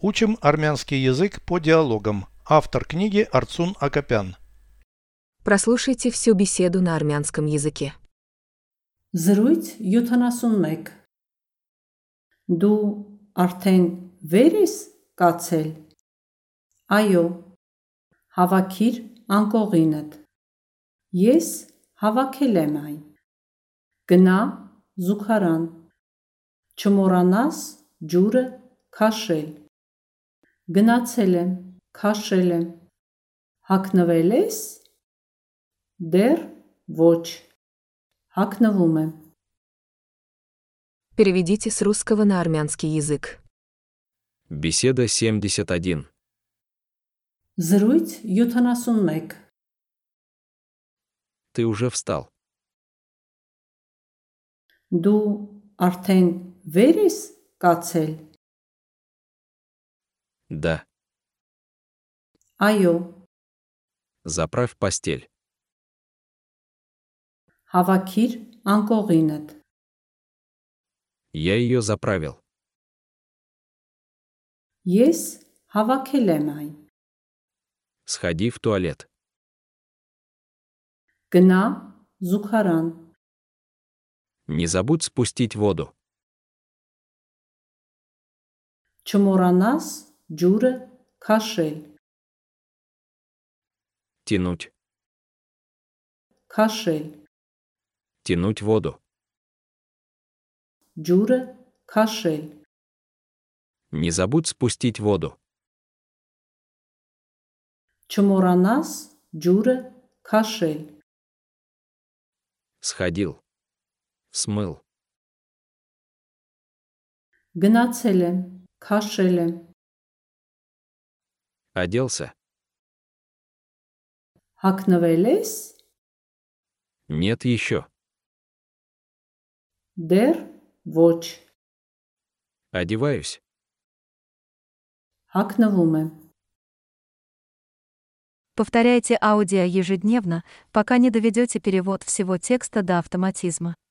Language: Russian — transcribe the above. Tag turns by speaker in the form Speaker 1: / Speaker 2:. Speaker 1: Учим армянский язык по диалогам. Автор книги Арцун Акопян.
Speaker 2: Прослушайте всю беседу на армянском языке.
Speaker 3: Զրույց 71 Դու արդեն վեր ես կացել։ Այո։ Հավաքիր անկողինդ։ Ես հավաքել եմ այն։ Գնա զուգարան։ Չմոռանաս ջուրը քաշել։ Գնացել եմ, քաշել եմ։ Հակնվել ես։ Դեռ ոչ։ Հակնվում եմ։
Speaker 2: Переведите с русского на армянский язык.
Speaker 4: Беседа 71.
Speaker 3: Զրույց 71
Speaker 4: Ты уже встал.
Speaker 3: Դու արդեն վեր ես կացել։
Speaker 4: Да.
Speaker 3: Այո,
Speaker 4: Заправь постель.
Speaker 3: հավաքիր անկողինդ։
Speaker 4: Я ее заправил.
Speaker 3: Ես հավաքել եմ այն։
Speaker 4: Сходи в туалет.
Speaker 3: Գնա զուգարան։
Speaker 4: Не забудь спустить воду.
Speaker 3: Չմոռանաս ջուրը քաշել։
Speaker 4: Тянуть.
Speaker 3: Քաշել։
Speaker 4: Тянуть воду.
Speaker 3: Ջուրը քաշել։
Speaker 4: Не забудь спустить воду.
Speaker 3: Չմոռանաս ջուրը քաշել։
Speaker 4: Сходил. Смыл.
Speaker 3: Գնացել եմ, քաշել եմ։
Speaker 4: Оделся.
Speaker 3: Հակնվել ես։
Speaker 4: Нет еще.
Speaker 3: Դեռ ոչ։
Speaker 4: Одеваюсь.
Speaker 3: Հակնվում եմ։
Speaker 5: Повторяйте аудио ежедневно, пока не доведете перевод всего текста до автоматизма.